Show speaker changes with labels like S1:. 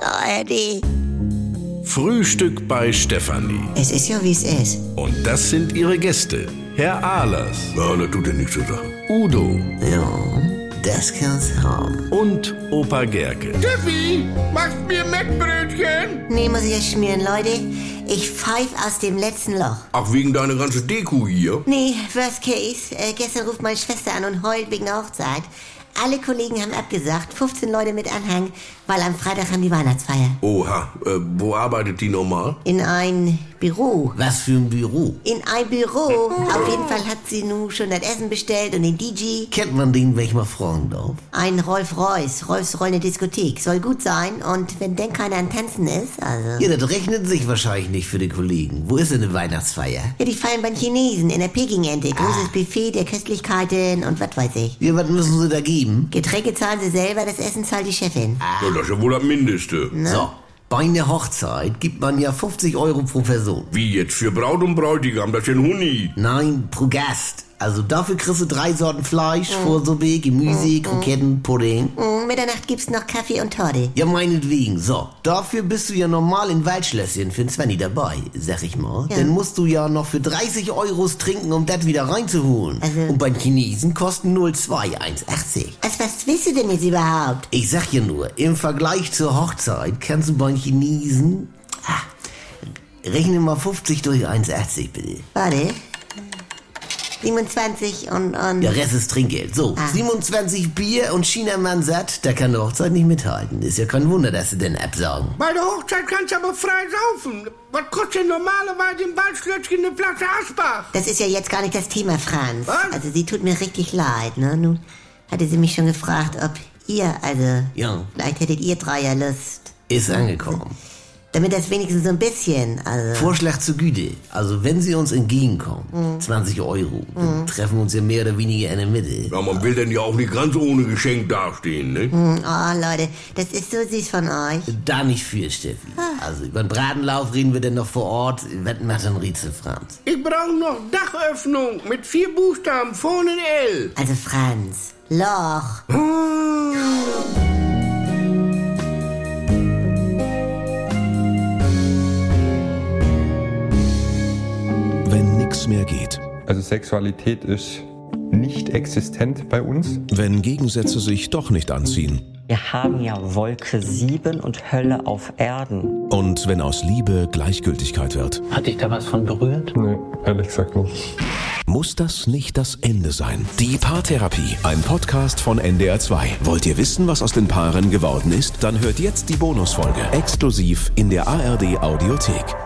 S1: ARD.
S2: Frühstück bei Stefanie.
S1: Es ist ja, wie es ist.
S2: Und das sind ihre Gäste. Herr Ahlers,
S3: Ja, das tut ja nichts zur Sache.
S2: Udo
S1: Ja, das kann's haben.
S2: und Opa Gerke.
S4: Steffi, machst mir Mettbrötchen?
S1: Nee, muss ich jetzt schmieren, Leute. Ich pfeif aus dem letzten Loch.
S3: Ach, wegen deiner ganzen Deko hier?
S1: Nee, worst case. Äh, gestern ruft meine Schwester an und heult wegen der Hochzeit. Alle Kollegen haben abgesagt, 15 Leute mit Anhang, weil am Freitag haben die Weihnachtsfeier.
S3: Oha, äh, wo arbeitet die nochmal?
S1: In ein Büro.
S5: Was für ein Büro?
S1: In ein Büro. Auf jeden Fall hat sie nun schon das Essen bestellt und den DJ.
S5: Kennt man den, wenn ich mal fragen darf?
S1: Ein Rolf Reus, Rolfs Rollende Diskothek. Soll gut sein. Und wenn denn keiner an Tanzen ist, also.
S5: Ja, das rechnet sich wahrscheinlich nicht für die Kollegen. Wo ist denn eine Weihnachtsfeier?
S1: Ja, die feiern beim Chinesen in der Peking-Ente. Großes Buffet der Köstlichkeiten und was weiß ich.
S5: Ja, was müssen sie da geben?
S1: Getränke zahlen sie selber, das Essen zahlt die Chefin.
S4: Ah.
S3: Ja, das ist ja wohl das Mindeste.
S5: So, bei einer Hochzeit gibt man ja 50 Euro pro Person.
S3: Wie jetzt für Braut und Bräutigam, das ist ja ein Huni.
S5: Nein, pro Gast. Also dafür kriegst du drei Sorten Fleisch, Vorsubé, Gemüse, Kroketten, Pudding.
S1: Mm, Mitternacht gibt's noch Kaffee und Torte.
S5: Ja, meinetwegen. So, dafür bist du ja normal in Waldschlösschen für den Svenny dabei, sag ich mal. Dann musst du ja noch für 30 Euros trinken, um das wieder reinzuholen.
S1: Also-
S5: Und beim Chinesen kosten 0,2 1,80.
S1: Also, was willst du denn jetzt überhaupt?
S5: Ich sag ja nur, im Vergleich zur Hochzeit kannst du beim Chinesen... Ah, rechne mal 50 durch 1,80 bitte.
S1: Warte. 27 und, und.
S5: Der Rest ist Trinkgeld. So, 27 Bier und Chinamann satt, da kann die Hochzeit nicht mithalten. Ist ja kein Wunder, dass sie denn absagen.
S4: Bei der Hochzeit kannst du aber frei saufen. Was kostet normalerweise im Waldschlötzchen eine Flasche Asbach?
S1: Das ist ja jetzt gar nicht das Thema, Franz.
S4: Was?
S1: Also, sie tut mir richtig leid, ne? Nun hatte sie mich schon gefragt, ob ihr, also.
S5: Ja.
S1: Vielleicht hättet ihr drei ja Lust.
S5: Ist angekommen.
S1: Damit das wenigstens so ein bisschen, also.
S5: Vorschlag zur Güte. Also, wenn sie uns entgegenkommen, 20 Euro, dann treffen wir uns ja mehr oder weniger in der Mitte.
S3: Ja, man will denn ja auch nicht ganz ohne Geschenk dastehen, ne?
S1: Hm, Oh, Leute, das ist so süß von euch.
S5: Da nicht viel, Steffi. Also, über den Bratenlauf reden wir denn noch vor Ort. Wetten macht dann Rätsel, Franz.
S4: Ich brauche noch Dachöffnung mit vier Buchstaben vorne ein L.
S1: Also, Franz. Loch.
S6: Wenn nix mehr geht.
S7: Also Sexualität ist nicht existent bei uns.
S6: Wenn Gegensätze sich doch nicht anziehen.
S8: Wir haben ja Wolke 7 und Hölle auf Erden.
S6: Und wenn aus Liebe Gleichgültigkeit wird.
S9: Hat dich da was von berührt?
S7: Nee, ehrlich gesagt nicht.
S6: Muss das nicht das Ende sein? Die Paartherapie, ein Podcast von NDR2. Wollt ihr wissen, was aus den Paaren geworden ist? Dann hört jetzt die Bonusfolge exklusiv in der ARD Audiothek.